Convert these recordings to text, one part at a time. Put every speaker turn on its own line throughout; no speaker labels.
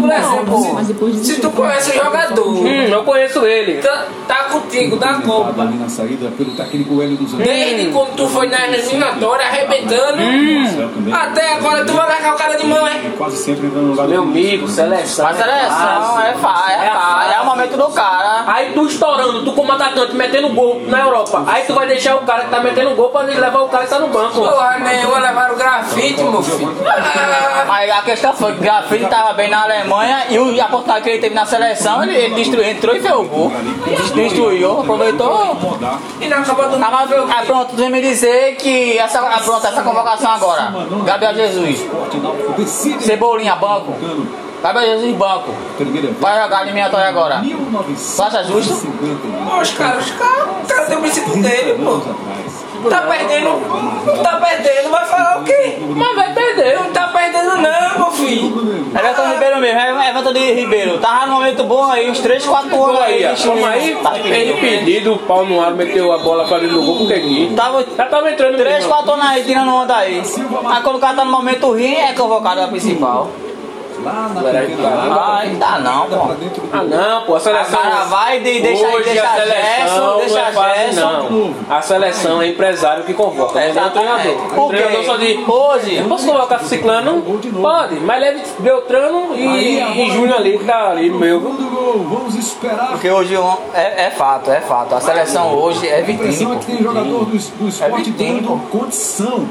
por exemplo, se-
mas depois
se,
disso
tu
eu-
conhece o jogador,
Hum, eu conheço ele.
tá, tá contigo da Copa,
Ali na saída pelo técnico Hélio dos Anjos.
desde quando tu foi na eliminatória arrebentando,
Marcel também.
até agora tu vai largar o cara de mão, é?
E Quase sempre entrando no lugar
Meu
do-
amigo, seleção.
Mas olha só, é fácil, é fácil. É o momento do cara.
Aí tu estourando, tu como atacante, metendo gol na Europa. Aí tu vai deixar o cara que tá metendo gol pra levar o cara que tá no banco.
Porra nenhuma, levaram grafite, meu filho. Ah,
Aí a questão foi que o Grafite estava bem na Alemanha e o- a portagem que ele teve na seleção, ele, ele destruiu, entrou e fez o gol. Destruiu, aproveitou.
Rodar.
e na Copa do
Ah, mas,
Mundo,
ah, pronto, tu vem me dizer que essa, ah, pronto, essa convocação agora. Gabriel Jesus,
Forte Náutico decide.
Cebolinha, banco. Gabriel Jesus, banco.
Primeira vez.
Vai jogar eliminatória agora. Tu acha justo?
Pô, os caras, os caras, o cara tem o princípio dele, pô. Tá perdendo,
Hum.
não tá perdendo, vai falar o quê?
Mas vai perder.
Não tá perdendo não, meu filho.
É Everton Ribeiro mesmo, é Everton de Ribeiro. Tava num momento bom aí, uns 3, 4 anos
Pô, aí, ó,
aí.
como aí, ele pedido, o pau no ar, meteu a bola pra dentro do gol, porque aqui.
Tava
Já tava entrando
3,
mesmo.
4 anos aí, tirando onda aí. Aí quando o cara tá no momento ruim, é convocado a principal.
Lá na pequena área.
Ah, ainda não, pô.
Pra dentro do
Ah, não, pô, a
A
seleção.
cara vai de deixa
Hoje
deixa
a
Gerson,
seleção não
deixa
é fácil,
Gerson.
não. A seleção é empresário que convoca, não é o treinador. O
Por quê?
treinador só diz,
Hoje,
Eu posso colocar ciclano? Pode, mas leve Beltrano e, e Júnior ali, que tá ali no meio.
Segundo gol, vamos esperar.
Porque hoje um- é, é fato, é fato. A seleção hoje é
A impressão é
vitrine.
que tem jogador do,
é
do esporte
vitrine,
dando condição.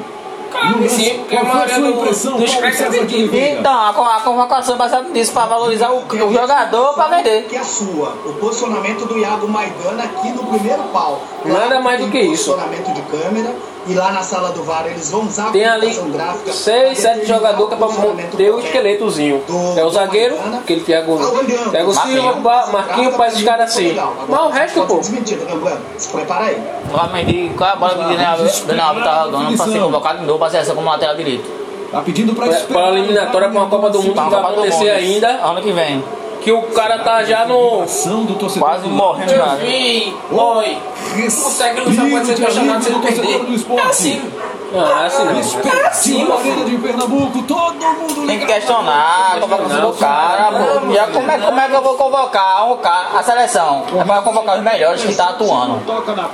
Claro que sim, porque a maioria do- dos craques é vitrine.
Então, a, co- a convocação é baseada nisso, pra valorizar o, o jogador pra vender.
Que é sua. O posicionamento do Iago Maidana aqui no primeiro pau. Lá
Nada mais do
tem
que isso.
Posicionamento de câmera e lá na sala do VAR eles vão usar a
Tem ali
computação gráfica pra
6, 7
determinar
jogadores que é pra
posicionamento
manter o
correto.
esqueletozinho. É o zagueiro, que ele pega
Tá
o, pega o Silva, pá, Marquinhos, faz os caras assim. Mas o resto, pô,
Desmentido, Gambuano. Se prepara aí.
Lá Mendy, qual é a bola que o Daniel- Daniel Alves tava dando pra ser convocado de novo pra seleção como lateral direito?
Tá pedindo pra
pra- para a eliminatória pra uma Copa do Mundo
Pra
que
Copa
vai
do
acontecer
Mundo.
ainda,
Ano que vem.
que o cara tá já no.
Ação do torcedor.
Quase morrendo,
Eu
cara.
vi, oi. O técnico só pode ser questionado se ele perder. É assim.
Não, é assim não.
É assim, meu filho.
Arena de Pernambuco, todo mundo
Tem que questionar a convocação do cara, pô. E aí, como, é, como é que eu vou convocar um cara, a seleção? É pra convocar os melhores que tá atuando.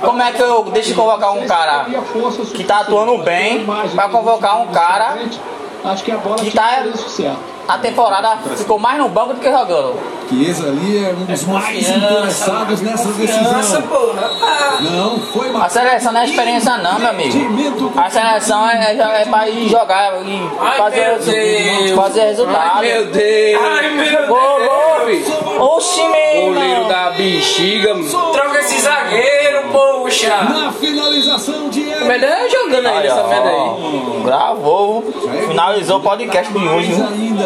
Como é que eu deixo de convocar um cara que tá atuando bem pra convocar um cara que tá. A temporada ficou mais no banco do que jogando.
Chiesa ali é um dos mais interessados nessa
Nossa,
decisão.
porra. Ah,
Não, foi
A
uma...
seleção não é experiência, não, meu amigo. A seleção é, é, é pra ir jogar e
Ai, meu
fazer,
Deus.
fazer resultado.
Ai, meu Deus!
Ai, meu
Gol, gol,
Deus.
filho.
Oxi, meu
Goleiro
irmão.
da bexiga, mano.
Troca esse zagueiro, poxa.
Na finalização de
O
Eric,
melhor é jogando aí
Aí,
nessa merda aí.
ó, Gravou, finalizou o podcast de hoje.
mais
viu?
ainda.